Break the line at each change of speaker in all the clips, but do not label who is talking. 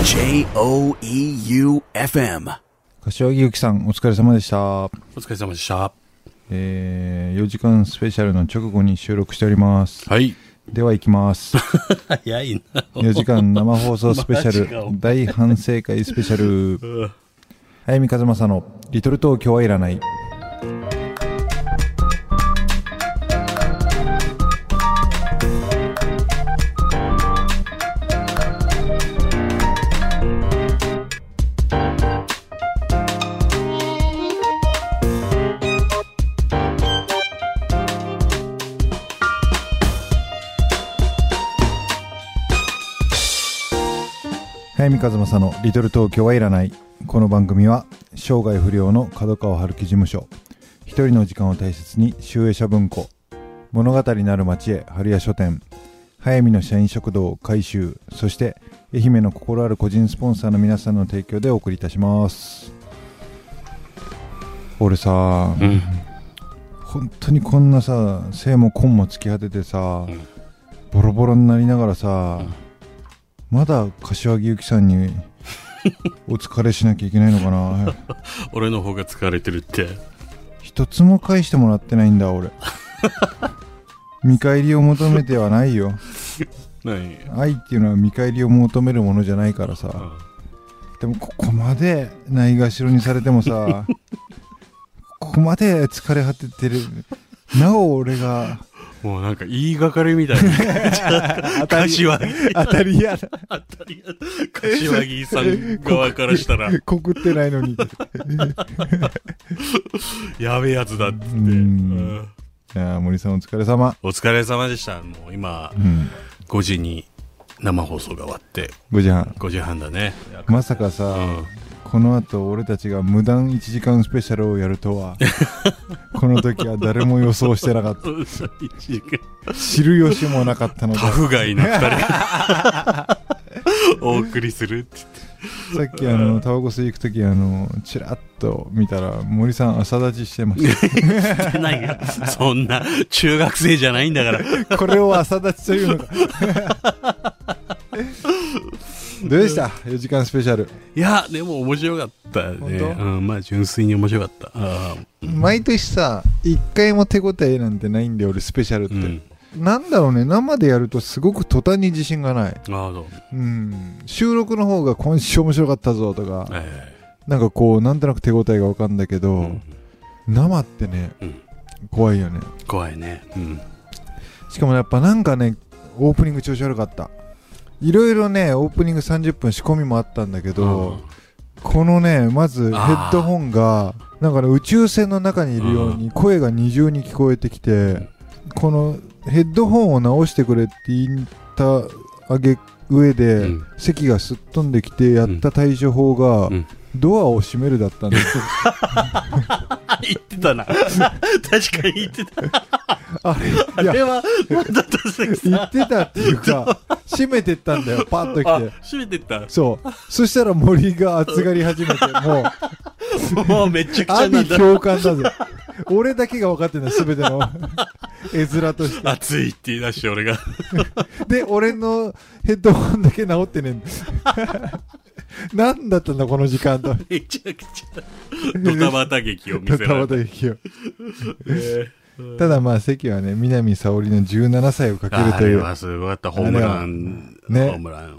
E
J-O-E-U-F-M
柏木由紀さん、お疲れ様でした。
お疲れ様でした。
えー、4時間スペシャルの直後に収録しております。
はい。
では行きます。
早いな。
4時間生放送スペシ
マジか
ャル、大反省会スペシ ャル。早見和正の、リトル東京はいらない。早見和正の「リトル東京はいらない」この番組は生涯不良の角川春樹事務所一人の時間を大切に集英社文庫物語なる町へ春屋書店早見の社員食堂改修そして愛媛の心ある個人スポンサーの皆さんの提供でお送りいたします俺さ
うん。
本当にこんなさ性も根も突き果ててさ、
うん
ボロボロになりながらさ、まだ柏木由紀さんにお疲れしなきゃいけないのかな
俺の方が疲れてるって。
一つも返してもらってないんだ俺見返りを求めてはないよ
何
愛っていうのは見返りを求めるものじゃないから
う
さ
ん
でもここまでないがしろにされてもさここまで疲れ果ててるなお俺が
もうなんか言いがかりみたい な。柏木。
当たり屋だ
当たり柏木さん側からし たら、
告って ないのに
やべえやつだっつって。
う
うんん
いやー森さんお疲れ様。
お疲れ様でした。もう今、
うん。
5時に生放送が終わって、
5時半。
5時半だね。
まさか
う
さ、
ん。
この後俺たちが無断1時間スペシャルをやるとは、 この時は誰も予想してなかっ
嘘一時間
た。知る由もなかったので、
タ
さ
フガイな2人 お送りするって
っきあの、タバコ吸い行く時、あの、チラッと見たら、森さん朝立ちしてまし
言ってないよ。そんな、中学生じゃないんだから。
た。これを朝立ちというの か。どうでした ?4 時間スペシャル。
いや、でも面白かったね。
本当
うん、まあ、純粋に面白かった。あ
毎年さ、1回も手応えなんてないんで、俺スペシャルっ
ー
て。
うん。
なんだろうね生でやるとすごく途端に自信がない、
あーどうも
うん、収録の方が今週面白かったぞとか、
え
なんかこうなんとなく手応えが分かんだけど、
えうん
生ってね、
うん
怖いよね
怖いね。うん。
しかもやっぱなんかねオープニング調子悪かったいろいろねオープニング30分仕込みもあったんだけど、このねまずヘ
あ
ッ
ー
ドホンがなんかね宇宙船の中にいるように声が二重に聞こえてきて、
ん
このヘッドホンを直してくれって言ったあげ上で、
うん、うん
席がすっ飛んできてやった対処法が、
うん
ドアを閉めるだったんですよ
あ、 言ってたな。 確かに言ってた。
あ
あ
れいや
れは、なんだったさっき
言
さ。
ってたっていうか閉めてったんだよパッと
あ
来て、
閉めてった。
そうそしたら森が熱がり始めてもう
もうめちゃくち
阿
ゃな
炎
んだ。
共感だぜ俺だけが分かってんだ全て の絵面として
熱いって言い出して、俺が。
で俺のヘッドホンだけ直ってねえんだ 何だったんだこの時間と
めちゃくちゃ、ドタバタ劇を見せられた。
ただまあ関はね南沙織の17歳をかける
あ
と
れ
いう
はすごかった。ホームラン、
あれはね
ホームランを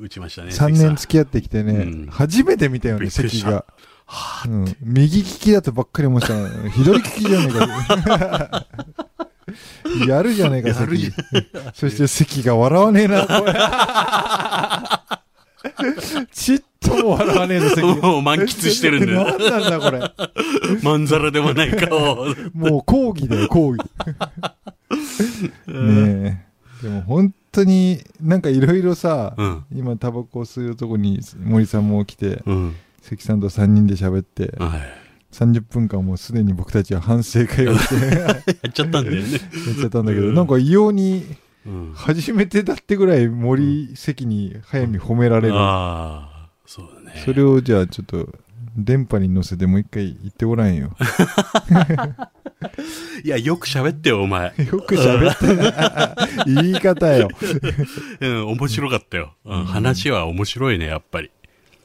打ちましたね。
3
関さん
年付き合ってきてね、
うん
初めて見たよ
び
ね
っくり
関
した
が、うん、右利きだとばっかり思ってたの 左利きじゃねえかやるじゃねえか
や
関
るじ
そして関が笑わねえなこれちっとも笑わねえぞ関
もう満喫してるん だ
何
よ。
なんだこれ
まんざらでもない顔。
もう抗議だよ、抗議。ねえ。でも本当になんかいろいろさ、
うん。
今タバコを吸うとこに森さんも来て、
うん。
関さんと3人で喋って、
はい。
30分間もうすでに僕たちは反省会をしてやっ
やっちゃったんだよね。
ちゃったん だけど、なんか異様に
うん。
初めてだってぐらい森関に早見褒められる。
ああ、そうだね。
それをじゃあちょっと電波に乗せてもう一回言ってごらん よ。
いや、よく喋ってよ、お前。
よく喋って 言い方よ。
うん、面白かったよ。うん、話は面白いね、やっぱり。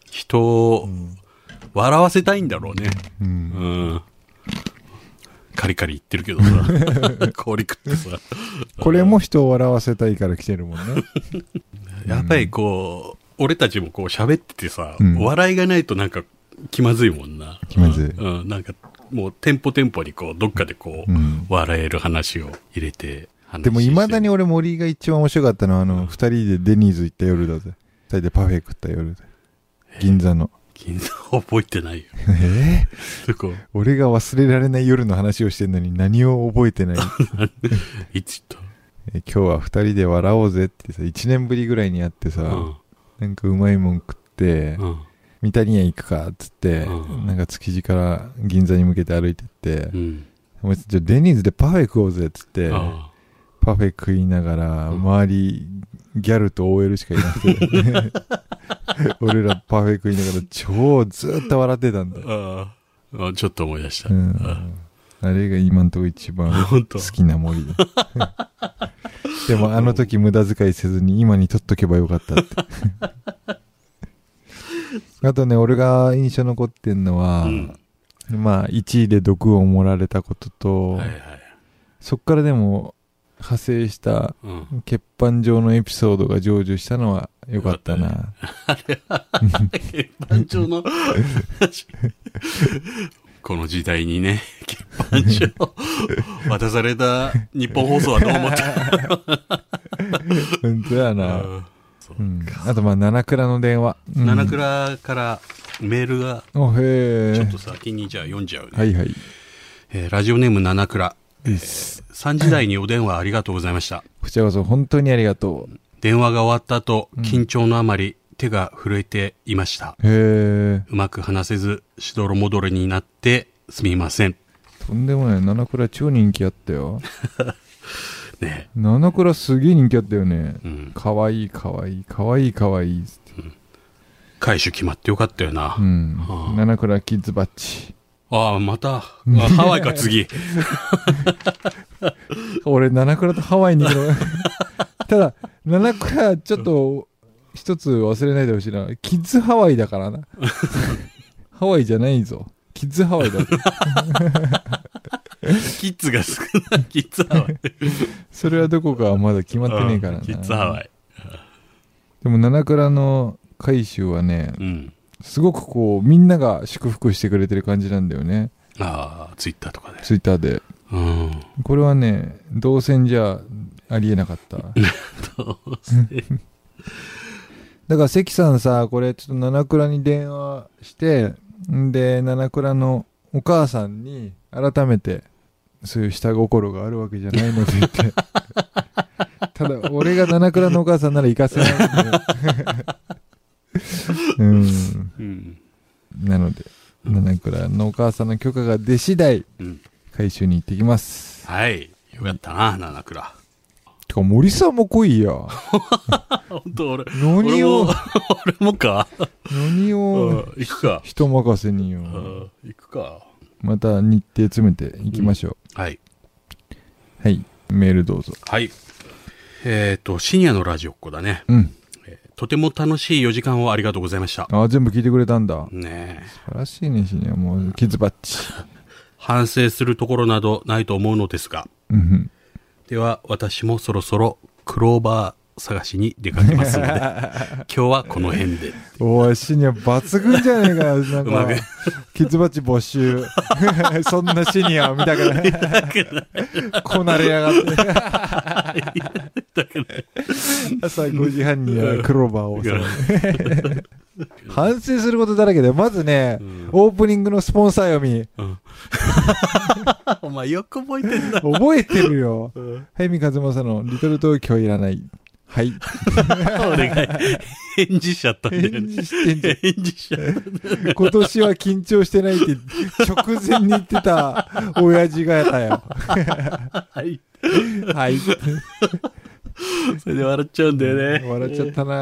人を
ん
笑わせたいんだろうね。
うん
うん。カリカリ言ってるけど さ。氷食ってさ。
これも人を笑わせたいから来てるもん ね。
やっぱりこう、俺たちもこう喋っててさ、
うん
笑いがないとなんか気まずいもんな。
気まずい
うん、うんなんかもうテンポテンポにこう、どっかでこう、
うん
笑える話を入れて話
でも
して
未だに俺森が一番面白かったのは、あの、二人でデニーズ行った夜だぜ。二人でパフェ食った夜で。銀座の。
銀座覚えてないよ。
えー
そこ、
俺が忘れられない夜の話をしてんのに何を覚えてない
いつと。
え今日は二人で笑おうぜってさ、一年ぶりぐらいにやってさ、
うん。
なんかうまいもん食って、
うん。
三谷屋行くかっつって、
うん
なんか築地から銀座に向けて歩いてって
う、ん。
お前じゃあデニーズでパフェ食おうぜっつって、
あ
パフェ食いながら、
うん
周り、ギャルと OL しかいな くて。俺らパフェ食いながら超ずーっと笑ってたんだ
あ。ああああ。ちょっと思い出した。
う
あ
ん。あれが今んとこ一
あ
番
本当
好。きな森だ。 でもあの時無駄遣いせずに今に取っとけばよかったって。 あとね、俺が印象残ってんのは、
うん。
まあ1位で毒を盛られたことと、
はいはい。
そっからでも派生した
うん。
欠板上のエピソードが成就したのは良かったな。
欠板上の この時代にね、欠板上を渡された日本放送はどう思 った
本当やな。
そう
うん。あと、まあ、七倉の電話。うん
七。倉からメールが、
おへえ。
ちょっと先にじゃあ読んじゃうね。
はいはい。
えーラジオネーム七倉。
うっす
3時台にお電話ありがとうございました。
こちらこそ本当にありがと
電話が終わった後、緊張のあまり手が震えていました。
う。へえ。
うまく話せず、しどろもどろになってすみません。
とんでもない。七倉超人気あったよ。
ね。
七倉すげえ人気あったよね。
うん。
かわいいかわいい、かわいいかわいいっつって。
回収決まってよかったよな。
うん
は。あ
七倉キッズバッチ。
ああ、また。あハワイか、次。
俺、七倉とハワイに行く の。ただ、七倉、ちょっと、一つ忘れないでほしいな。キッズハワイだ からな。ハワイじゃないぞ。キッズハワイだ。
キッズが少 ない。キッズハワイ。
それはどこかはまだ決まってねえからな。
キッズハワ
イ。
イ。
でも、七倉の回収はね、
うん。
すごくこう、みんなが祝福してくれてる感じなんだよね。
ああ、ツイッターとかで。
ツイッターで。
うん。
これはね、動線じゃありえなかった。 だから関さんさ、これちょっと七倉に電話して、んで、七倉のお母さんに改めて、そういう下心があるわけじゃないので言って。ただ、俺が七倉のお母さんなら行かせないんで。うん。
うん。
なので、七倉のお母さんの許可が出次第、
うん。
回収に行ってきます。
はい。よかったな、七倉。
てか、森さんも来いや。
本当俺。
何を
俺も、俺もか。
何
うん
を、
行くか。
人任せに
う
よ。
ん行くか。
また日程詰めていきましょう。
はい。
はい。メールどうぞ。
はい。えっと、深夜のラジオっ子だね。
うん。
とても楽しい4時間をありがとうございました。
ああ、全部聞いてくれたんだ。
ねえ。
素晴らしいね、シニア。もう、キッズバッチ。
反省するところなどないと思うのですが、
うんうん。
では私もそろそろクローバー探しに出かけますので、今日はこの辺で。
おい、シニア抜群じゃねえかよ。なん
うま
か
く、
キッズバッチ募集。 そんなシニアを見たくない。こなれやがって。朝5時半にはクローバーをさ。反省することだらけで、まずね、オープニングのスポンサー読み、
お前よく覚えてんだ。
覚えてる よ。
ん
早見和正のリトル東京いらない。 はい。
俺が返事しちゃったんだよ
返
ね。
事してんじゃ
返事しちゃった。
ん。今年は緊張してないって、直前に言って た親父がやたよ。
はい。
はい。
それで笑っちゃうんだよね。
笑っちゃったな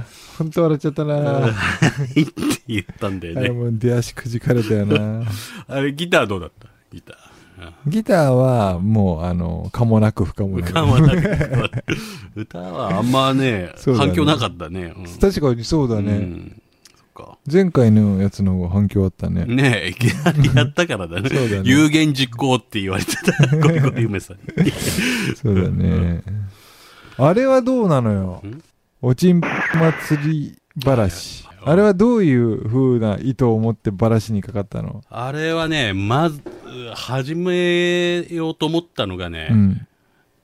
ぁ。ほんと笑っちゃったなぁ。
はいって言ったんだよ
あれ
ね。
もう出足くじかれたよな
あれ、ギターどうだったギター。
ギターは、もう、あの、かもなく不可もなく。
歌はなかった歌はあんまね、
そうだね
反響なかったね。うん
確かにそうだ
う
ね。
んか。
前回のやつの方が反響あったね。
ねえ、いきなりやったからだね。
そうだね
有言実行って言われて た。ゴリゴリ梅さんに。
そうだね。あれはどうなのよ
ん。
おちん祭り話。あれはどういう風な意図を持ってばらしにかかったの
あれはね、まず、始めようと思ったのがね、
うん。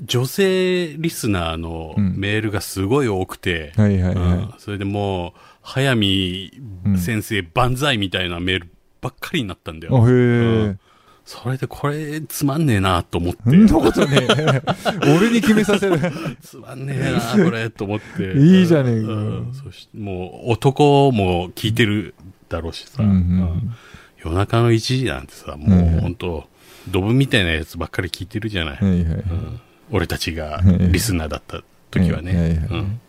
女性リスナーの
うん
メールがすごい多くて、
はいはいは
うんそれでもう、早見先生万歳みたいなメールばっかりになったんだ
い。お
よ。
へ
う
え
ん。それでこれつまんねえなと思って
そ、んなことねえ俺に決めさせる。
つまんねえなこれと思って。
いいじゃねえか
うんそしもう男も聞いてるだろうしさ、
うんうん
うん夜中の1時なんてさ、もう本当ドブみたいなやつばっかり聞いてるじゃない。
はいはい。
うん俺たちが
はい
リスナーだった時はね、
はいはいはい
うん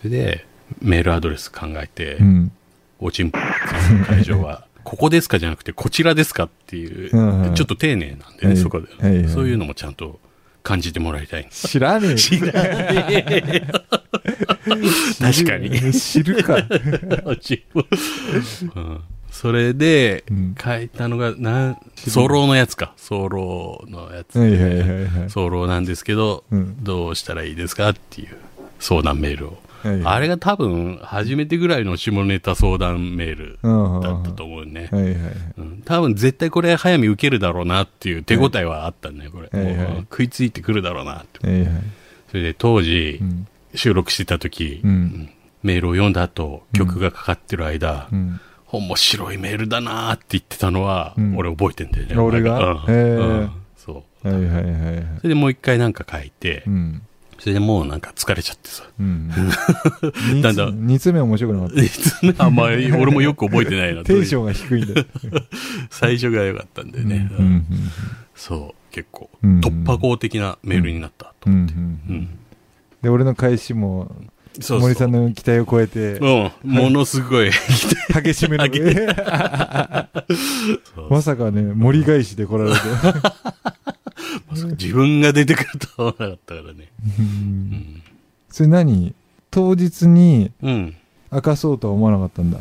それでメールアドレス考えて、
うん。
おちんぽさんの会場 はここですかじゃなくてこちらですかっていう、
うんうん
ちょっと丁寧なんでね、
はい
そこで、
はいはい
そういうのもちゃんと感じてもらいた いんです
知らねえよ。
知らねえよ 確かに。
知るか。
おちんぽうんそれで
うん
書いたのが、なん、
る
早漏のやつか。早漏のやつ
はいはいはいはい。
早漏なんですけど、
うん
どうしたらいいですかっていう相談メールを。
はいはい
あれが多分、初めてぐらいの下ネタ相談メール
うんうん
だったと思うね。
はいはいはい。
うん、多分絶対これ早見受けるだろうなっていう手応えはあったね、これ、
はいはい
もう食いついてくるだろうなって。
はいはい。
それで当時
う、ん。
収録してた時、
うん
うんメールを読んだ後、曲がかかってる間、
うん。
面白いメールだなーって言ってたのは、
うん
俺覚えてんだよね。
俺が
うん
へー
うんそう。
はいはいはいはい。
それでもう一回なんか書いて、
うん。
それでもうなんか疲れちゃってさ。
うん。
だんだん
2つ目面白くなかっ
いつねあんまり俺もよく覚えてないな
た。テンションが低いんだよ。
最初が良かったんで ね、
うんうん
そう結構、
うん
突破口的なメールになった
う
と
んう
思
ん
って、
う
うんん
で、俺の返しも、
そうそう
森さんの期待を超えて、
うんものすごい
激しめの
激。
まさかね、森返しで来られて。
自分が出てくるとは思わなかったからね
うん
うん、
それ何当日に
うん
明かそうとは思わなかったんだ。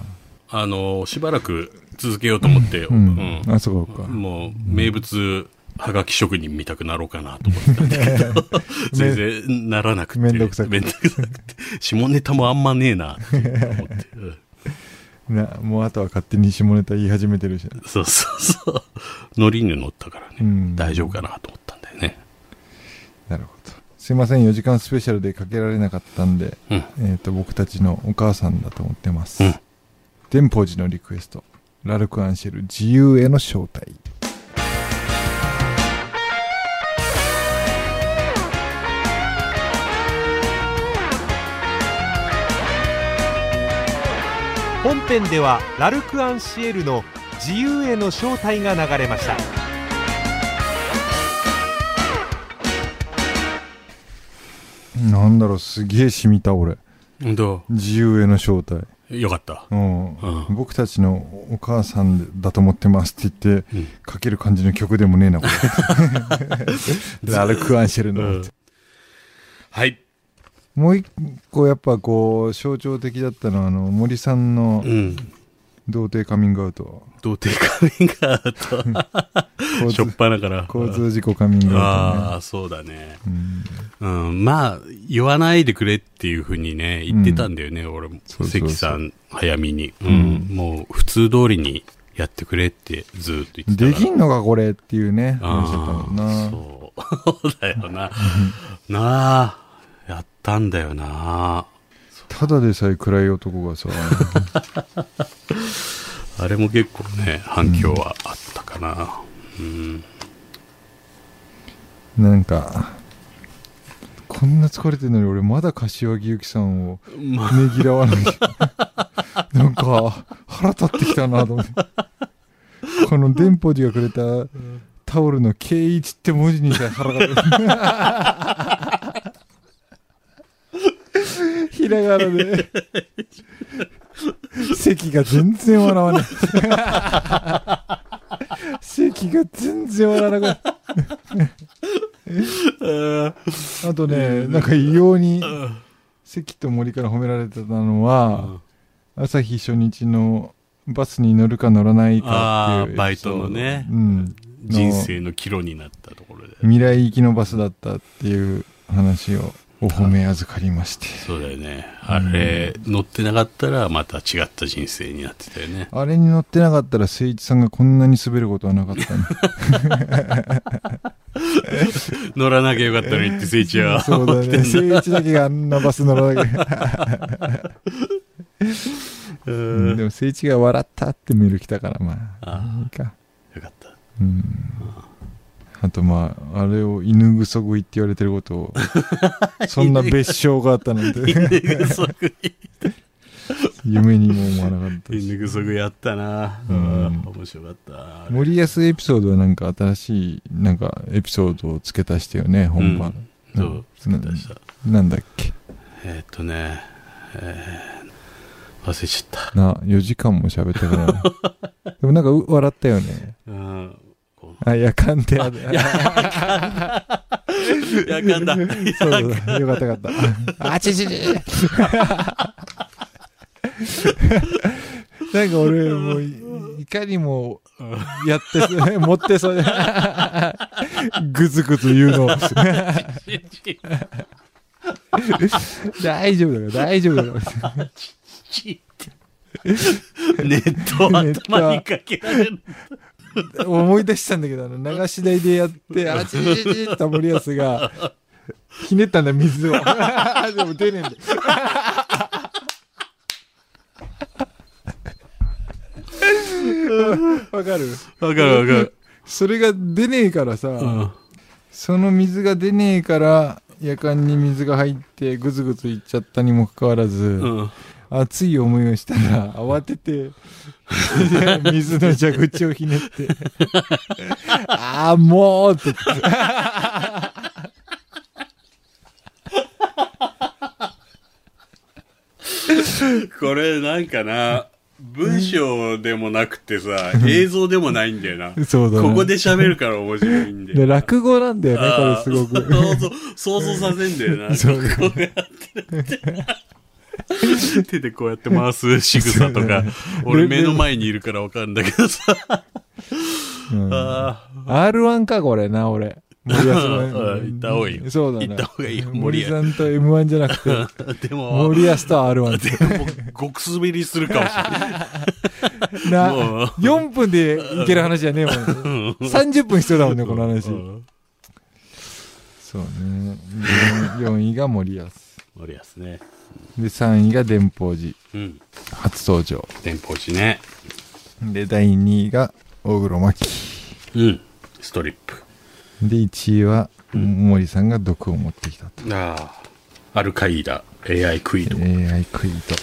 あのしばらく続けようと思って、
う
うん
ん。あ、そうか。
もう名物はがき職人みたくなろうかなと思ってたんだけど 全然ならなくて
めんどくさくて
めんどくさくて下ネタもあんまねえなって思って、うん
な、もうあとは勝手に下ネタ言い始めてるし。
そうそうそう。乗りに乗ったからね。
うん
大丈夫かなと思ったんだよね。
なるほど。すいません、4時間スペシャルでかけられなかったんで、
うん。
えっと、僕たちのお母さんだと思ってます。
うん
伝法寺のリクエスト。ラルク・アンシェル、自由への招待。
本編ではラルク・アンシエルの「自由への招待」が流れました
なんだろう、すげえ染みた、俺。
ど
自由への招待。
うよかった。
うん
うん。
僕たちのお母さんだと思ってますって言って、
うん
かける感じの曲でもねえな、こ れ。ラルク・アンシェルの。
うんはい。
もう一個やっぱこう、象徴的だったのは、あの、森さんの
うん。
童貞カミングアウト。
童貞カミングアウト。
交
しょ
通
っぱなから。
交通事故カミングアウ
ああ、そうだね。
トね。うん
うん。まあ、言わないでくれっていうふうにね、言ってたんだよね、俺も。
そうそうそう
関さん、早見に。うんん。もう、普通通りにやってくれってずーっと言ってたから。
できんのかこれっていうね、話だった
あ
も
あ
んな。
そうだよな。なあ、やったんだよな。
ただでさえ暗い男 がさ、
あれも結構ね、反響はあったかな。うん。
なんか、こんな疲れてるのに俺まだ柏木由紀さんを
まあ、
ねぎらわ ない。なんか腹立ってきたなと思って。この電報寺がくれたタオルの K1 って文字にさ腹が立って ひらがなで。席が全然笑わない。 席が全然笑わなくなる あとね、なんか異様に関と森から褒められてたのは、朝日初日のバスに乗るか乗らないかっていう
あーバイトのね
うん、
人生の岐路になったところで。
未来行きのバスだったっていう話をお褒め預かりまして
そうだよね。あれ、乗ってなかったらまた違った人生になってたよね。
あれに乗ってなかったら誠一さんがこんなに滑ることはなかったね
乗らなきゃよかったのにって、聖地は。
そうだね誠一だけがあんなバス乗らなきゃ
う
で
ん
も誠一が笑ったってメール来たからまあ
あ
いいか
よかった。
うんあとまああれを犬ぐそ食いって言われてること をそんな別称があったなんて
犬ぐそぐい。
夢にも思わなかったし
犬ぐそぐいあったな。う
うん
ん。面白かったな。
森安エピソードはなんか新しいなんかエピソードを付け足してよね本番、
うん
な
そう
な
出した。
なんだっけ
えーっとね、えー忘れちゃっ
な4時間も喋った からでもなんかう笑ったよね
た。うん。こう
あやかんってある
やかんだ。
そうだよかったよかった あちちちなんか俺もういいかにもやって そう持ってそうぐずぐず言うの 大丈夫だから大丈夫だから
ネットを頭にかけられる。
思い出したんだけど、あの、流し台でやって、あちちちって森保が、ひねったんだ、水を。でも出ねえんだ。わかる
わかるわかる。
それが出ねえからさ、
うん。
その水が出ねえから、夜間に水が入って、ぐずぐずいっちゃったにもかかわらず、
うん。
熱い思いをした ら慌てて 水の蛇口をひね って「ああもう!」って言って
これなんかな、文章でもなくてさ、映像でもないんだよな。
そうだね
ここで喋るから面白いんだよ
で
な。
落語なんだよね
あ
こ
ー
れすごく
想像、想像させんだよな。
そう
こうやって。手でこうやって回す仕草とか、俺目の前にいるからわかるんだけどさ。
うん
あ
R1 かこれな俺 森保の
うん行った方がいいよ
そうだね
行った方がいいよ
森
森保
さんと M1 じゃなくて
ーでも、
森保と R1 って
でも、極滑りするかもしれな
な
い。もう
4分でいける話じゃねえもんね30分必要だもんねこの話
うん
そうね4位が森保
森保ね。
で3位が伝法寺
うん。
初登場
電報しね。
で第2位が大黒摩季
うん。ストリップ。
で1位は森さんが毒を持ってきたと、
ああ。アルカイダ、AI クイード。
AI クイート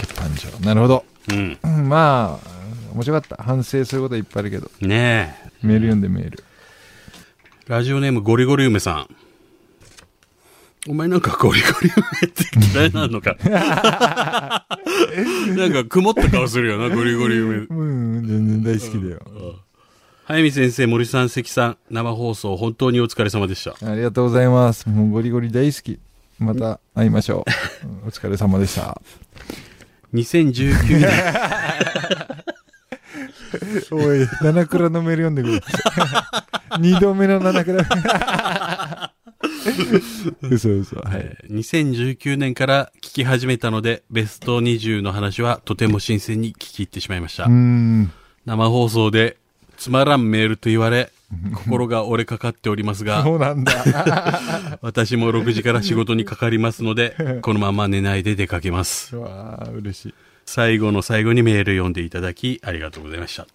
欠板状なるほど
うん。
うんまあ面白かった反省することはいっぱいあるけど
ねえ。
メール読んでメール
ラジオネームゴリゴリ梅さん。お前なんかゴリゴリ梅って嫌いなの か。なんか曇った顔するよな、ゴリゴリ梅。
うん全然大好きだよ、
早見先生、森さん、関さん、生放送本当にお疲れ様でした。
ありがとうございますもうゴリゴリ大好きまた会いましょううんお疲れ様でした
2019年、
おい七倉のメール読んでくれ 二度目の七倉 嘘嘘はい
えー2019年から聞き始めたので、ベスト20の話はとても新鮮に聞き入ってしまいました。
うーん
生放送でつまらんメールと言われ、心が折れかかっておりますが、
そうなんだ。
私も6時から仕事にかかりますの で、このまま寝ないで出かけます。
うわあ、嬉しい。
最後の最後にメール読んでいただき、ありがとうございました。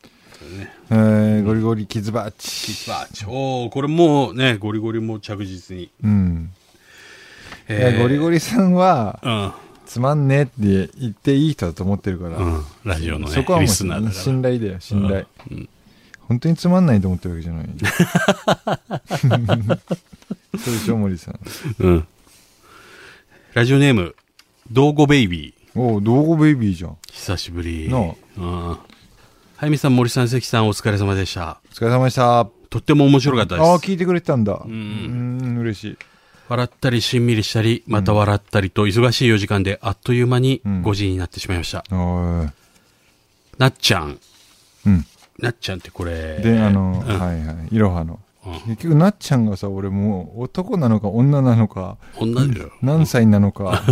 えー、ゴリゴリキズバッ
キ
チ。
スバーチ。おーこれもうね、ゴリゴリも着実に。
うん。い
え
やゴリゴリさんは、
うん。
つまんねえって言っていい人だと思ってるから。
うん。ラジオのね、
そこはも
リスナー
う
だから
信頼だよ、信頼。
うん
本当につまんないと思ってるわけじゃない。 そうでしょ、森さん。
うん。ラジオネーム、道後ベイビー。
おお、道後ベイビーじゃん。お
久しぶり。
な
うん。早見さん、森さん、関さん、お疲れ様でした。
疲れ様でした。あ
とっても面白かったです。
あー、聞いてくれてたんだ。う
うん
ん、嬉しい。
笑ったりしんみりしたり、また笑ったりと忙しい4時間であっという間に
うん
5時になってしまいました。
おー
なっちゃん。
うん。
なっちゃんってこれ。
で、あの、
うん
はいはい。いろはの。
う
結局、なっちゃんがさ、俺もう男なのか女なのか、
ん、女だよ。
何歳なの か、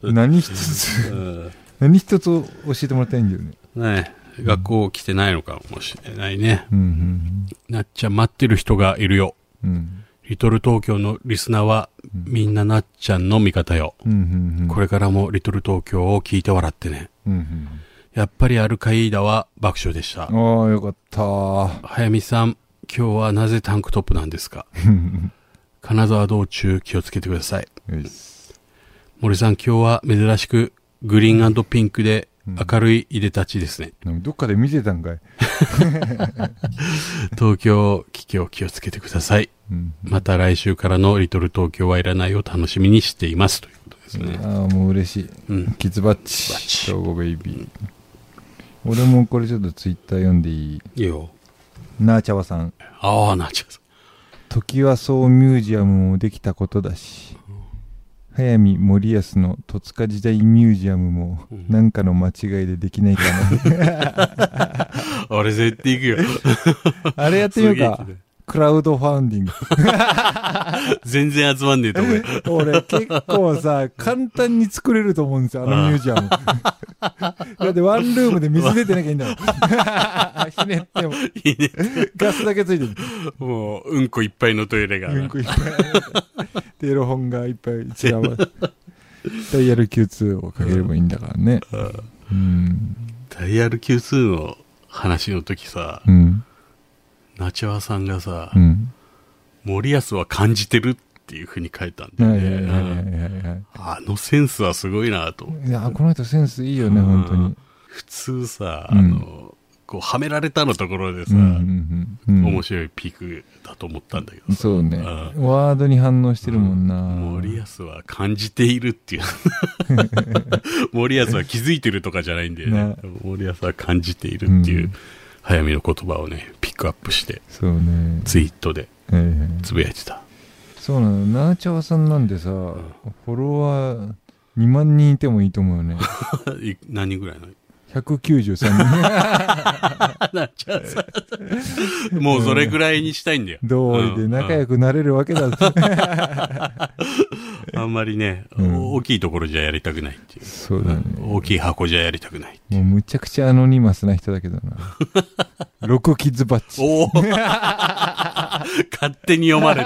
何一つ、
うん
何一つ教えてもらってないんだよね。
ねえ学校来てないのかもしれないね。
うん
なっちゃん待ってる人がいるよ。
うんうん。
リトル東京のリスナーはみんななっちゃんの味方よ。
うんうんうん。
これからもリトル東京を聞いて笑ってね。
うん
やっぱりアルカイーダは爆笑でした
うん。。ああ、よかった。
早見さん、今日はなぜタンクトップなんですか金沢道中気をつけてください。
よいっす
森さん、今日は珍しくグリーンピンクで
うん
明るい入れたちですね。
なんかどっかで見てたんかい。
東京、危機を気をつけてください。
うん
また来週からのリトル東京はいらないを楽しみにしています。ということですね。
ああ、もう嬉しい。
うん。
キッズバッ
バッチ
チ。東郷ベイビー。俺もこれちょっとツイッター読んでいい
いいよ。
なあちゃわさん。
ああ、なっちゃう。
時はそうミュージアムもできたことだし早見森保の戸塚時代ミュージアムも
うん
なんかの間違いでできないか
俺絶対行くよ。
なあれやってみようかクラウドファンディング
全然集まんねえと思うよ。
俺結構さ簡単に作れると思うんですよあのミュージアムだってワンルームで水出てなきゃいいん だもんひねっても
いいね。
ガスだけついてる
もう、うんこいっぱいのトイレが。
うんこいっぱいでエロ本がいっぱい散らばるダイヤル Q2 をかければいいんだからねうん
ダイヤル Q2 の話の時さ、
うん
ナチャワさんがさ、
うん
森保は感じてるっていう風に書いたんだ
は
よ
いはい
ね。
はいうはい
ん
は
あのセンスはすごいなと思う。
いいやこの人センスいいよね
うん
本当に
普通さ、
うん
あの、こう、はめられたのところでさ、
うんうんうん
面白いピークだと思ったんだけどさ
そうね
う
ワードに反応してるもんな
森保は感じている っていう森保は気づいてるとかじゃないんだよね
ね
森保は感じているっていううん早見の言葉をねピックアップして
そうね
ツイートで
はいはい
つぶやいてた
そうなのなあちゃわさんなんでさフォロワー2万人いてもいいと思うよね
い何人ぐらいの
193人
なっちゃうもうそれぐらいにしたいんだよ
同意で仲良くなれるわけだって
うん あんまりね、
うん
大きいところじゃやりたくないっていう
そうだね
大きい箱じゃやりたくない
もうむちゃくちゃアノニマスな人だけど な。ロクキッズバッチ。
おお 勝手に読まれ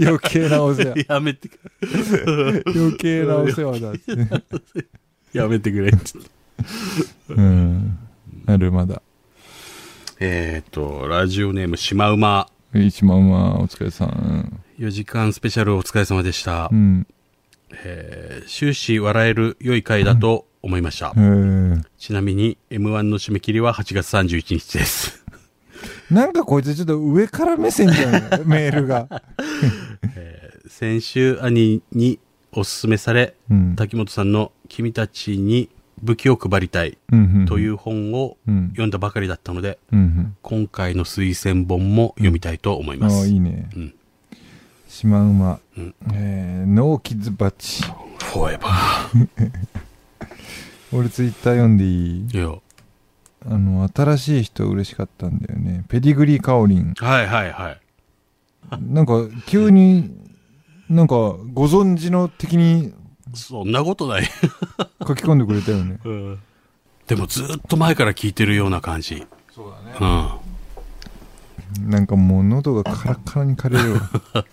余計なお世 話。
てやめてく
余計なお世話だって。
やめてくれって
うん。なるまだ。
えっ、と、ラジオネームシマウマ。
一万はお疲れさん。
4時間スペシャルお疲れ様でした。
うん。
えー終始笑える良い回だと思いました。
へー
ちなみに M1 の締め切りは8月31日です。
なんかこいつちょっと上から目線 じゃん。メールが。
先週兄におすすめされ、
うん。
滝本さんの君たちに武器を配りたい
うん。。
というう本を
うん。
読んだばかりだったので、
うん。
今回の推薦本も読みたいと思い
あ
ま
あ、
す。
いいね。
うん。
シマウマ。
うん
えーノーキッズバッチ。
フォーエバ
俺ツイッター読んでいい
ー。いや
あの、新しい人嬉しかったんだよね。ペディグリーカオリン。
はいはいはい。
なんか急になんかご存知の的に
そんなことない
書き込んでくれたよね
でもずっと前から聞いてるような感じ。そうだね。う
なんかもう喉がカラッカラに枯れるわ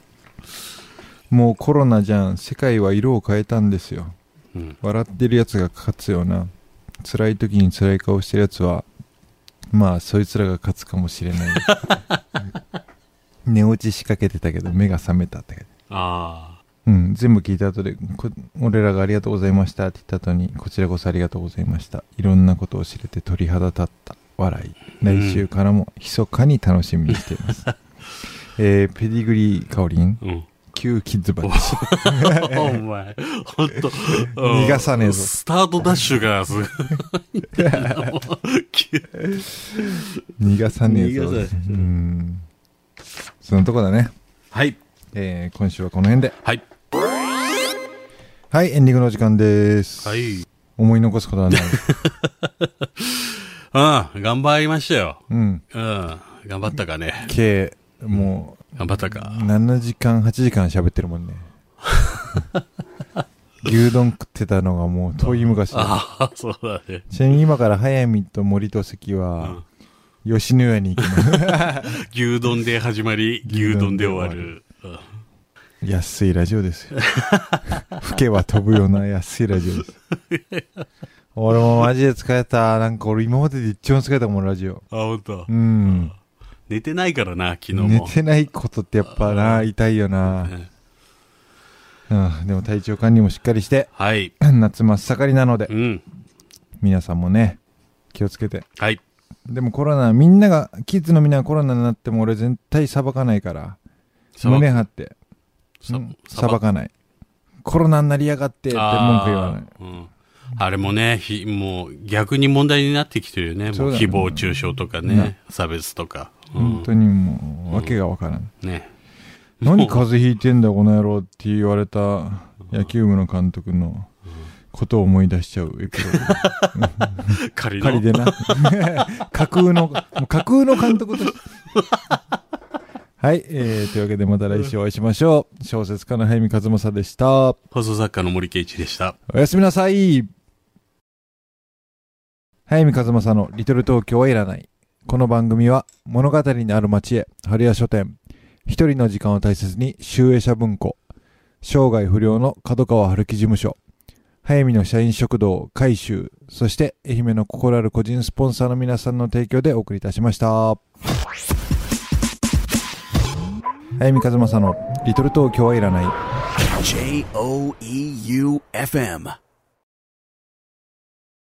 もうコロナじゃん世界は色を変えたんですよ
ん。うん。
笑ってるやつが勝つような辛い時に辛い顔してるやつはまあそいつらが勝つかもしれ ない寝落ちしかけてたけど目が覚めたって
あ
うん、全部聞いた後でこ俺らがありがとうございましたって言った後にこちらこそありがとうございましたいろんなことを知れて鳥肌立った笑い
うん
来週からも密かに楽しみにしてい ます、えーペディグリーカオリン
あ。うん。
旧キッズバッチ
お前、ほんと。うん
逃がさねえぞ
スタートダッシュがすごい。急
逃がさねえぞ
逃がさね
う
え
んそのとこだね
はい。
えー今週はこの辺で
はい。
はいエンディングの時間です、
はい。
思い残すことはない
うん、頑張りましたよ。
うん
うん、頑張ったかね。
計も
頑張った
う
か。
7時間8時間喋ってるも んね牛丼食ってたのがもう遠い昔だ
ああ、そうだね。
ちなみに今から早見と森と関は、吉野家に行きます。
牛丼で始まり、牛丼で終わる。うん
安いラジオです よ。吹けば飛ぶような安いラジオです。俺もマジで疲れた。なんか俺今までで一番疲れたもん、ラジオ。
あ、本当
う。ん。
寝てないからな、昨日
寝
も。
てないことってやっぱな、痛いよな。うん、でも体調管理もしっかりして、
はい。
夏真っ盛りなので
う、ん。
皆さんもね、気をつけて。
はい。
でもコロナ、みんなが、キッズのみんながコロナになっても俺絶対裁かないから、
さば
胸張って。
さ
うん
さ
裁
ば
かないコロナになりやがってって文句言わない
あーうんあれもね、ひもう逆に問題になってきてるよね。
そう
もう
だね
誹謗中傷とか
ね
ね、差別とか。う
本
ん
当にもうわけがわからん、
ね。
何風邪ひいてんだこの野郎って言われた野球部の監督のことを思い出しちゃうエピソー
仮
ド仮
の
でな架空のもう架空の監督としてはい、えー、というわけでまた来週お会いしましょう小説家の早見和正でしたお
放送作家の森圭一でした。
やすみなさい早見和正の「リトル東京はいらない」この番組は物語にある街へ春屋書店一人の時間を大切に集英社文庫生涯不良の角川春樹事務所早見の社員食堂改修そして愛媛の心ある個人スポンサーの皆さんの提供でお送りいたしました早見和正の「リトル東京はいらない」
J O E U F M.